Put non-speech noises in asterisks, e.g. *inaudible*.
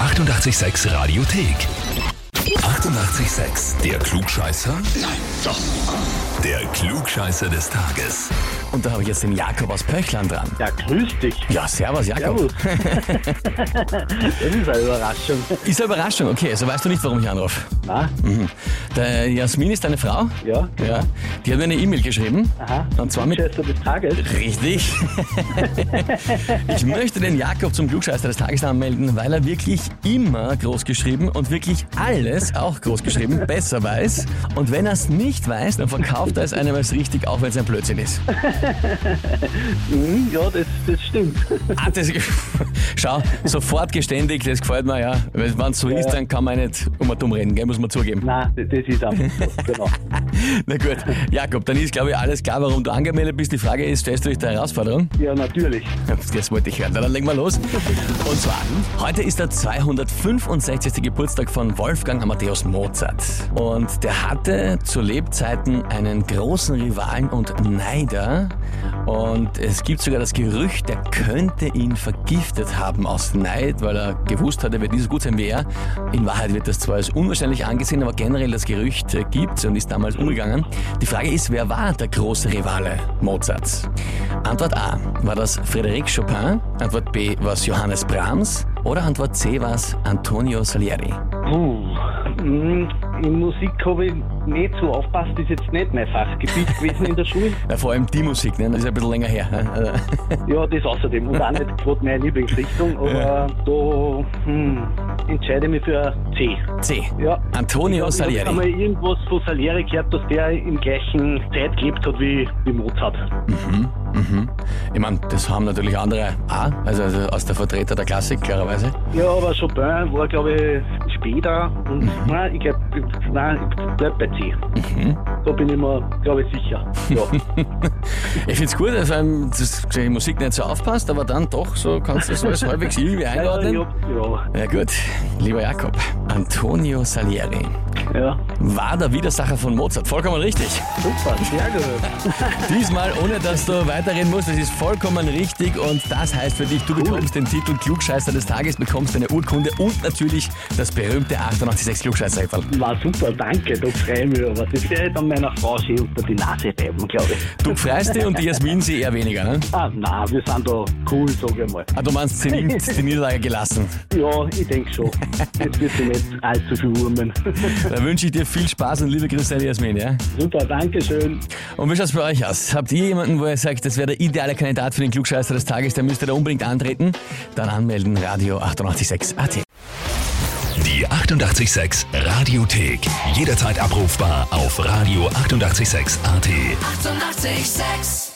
886 Radiothek. 88,6. Der Klugscheißer? Nein, doch. Der Klugscheißer des Tages. Und da habe ich jetzt den Jakob aus Pöchlern dran. Ja, grüß dich. Ja, servus Jakob. *laughs* Servus. das ist eine Überraschung. Ist eine Überraschung, okay, also weißt du nicht, warum ich anrufe. Na? Mhm. Der Jasmin ist deine Frau. Ja. Ja. Die hat mir eine E-Mail geschrieben. Aha. Und zwar mit Chester des Tages. Richtig. *laughs* ich möchte den Jakob zum Klugscheißer des Tages anmelden, weil er wirklich immer groß geschrieben und wirklich alles auch groß geschrieben *laughs* besser weiß. Und wenn er es nicht weiß, dann verkauft er es einem als richtig, auch wenn es ein Blödsinn ist. Hm, ja, das, das stimmt. Ah, das, *laughs* schau, sofort geständig, das gefällt mir ja. Wenn es so ist, dann kann man nicht um und dumm reden, gell, muss man zugeben. Na, das das ist einfach so. Genau. Na gut, Jakob, dann ist, glaube ich, alles klar, warum du angemeldet bist. Die Frage ist, stellst du dich der Herausforderung? Ja, natürlich. Das wollte ich hören. Na, Dann legen wir los. Und zwar, heute ist der 265. Geburtstag von Wolfgang Amadeus Mozart. Und der hatte zu Lebzeiten einen großen Rivalen und Neider. Und es gibt sogar das Gerücht, der könnte ihn vergiftet haben aus Neid, weil er gewusst hat, er wird nie so gut sein wie er. In Wahrheit wird das zwar als unwahrscheinlich angesehen, aber generell das Gerücht äh, gibt und ist damals umgegangen. Die Frage ist, wer war der große Rivale Mozarts? Antwort A war das Frédéric Chopin, Antwort B war es Johannes Brahms oder Antwort C war es Antonio Salieri. Puh. Hm, In Musik habe ich nicht so aufpasst, ist jetzt nicht mein Fachgebiet gewesen in der Schule. Ja, vor allem die Musik, ne? das ist ein bisschen länger her. Ne? Also, *laughs* Ja, das außerdem. Und auch nicht gerade meine Lieblingsrichtung, aber da hm, entscheide ich mich für C. C. Ja. Antonio Ich glaub, Ich Salieri. habe mal irgendwas von Salieri gehört, dass der im gleichen Zeit gelebt hat wie, wie Mozart. Mhm. Ich meine, das haben natürlich andere A, also also aus der Vertreter der Klassik, klarerweise. Ja, aber Chopin war, glaube ich, später. Und nein, ich glaube, nein, ich bleib bei C. Da bin ich mir, glaube ich, sicher. Ja. Ich find's gut, also, ähm, dass einem das, die Musik nicht so aufpasst, aber dann doch, so kannst du es alles halbwegs irgendwie ich einordnen. hab- ja, Ja gut, lieber Jakob, Antonio Salieri ja. war der Widersacher von Mozart, vollkommen richtig. Super, sehr gut. Diesmal ohne, dass du weiterreden musst, das ist vollkommen richtig und das heißt für dich, du bekommst den Titel Klugscheißer des Tages, bekommst deine Urkunde und natürlich das berühmte 886 klugscheißer -Häferl. War super, danke, da freue ich mich aber. Das werde ich dann meiner Frau schön unter die Nase reiben, glaube ich. Du freust dich und die Jasmin sie eher weniger, ne? Ah, nein, wir sind da cool, sage ich mal. Ah, du meinst, sie nimmt die Niederlage gelassen. Ja, ich denke schon. Jetzt wird sie nicht allzu viel wurmen. *laughs* Da wünsche ich dir viel Spaß und liebe Grüße an die Jasmin, ja? Super, danke schön. Und wie schaut's bei euch aus? Habt ihr jemanden, wo ihr sagt, das wäre der ideale Kandidat für den Klugscheißer des Tages, der müsste da unbedingt antreten? Dann anmelden, Radio 886 AT. Die 88,6 Radiothek. Jederzeit abrufbar auf radio886.at. 88,6. Eighty-eight, sex.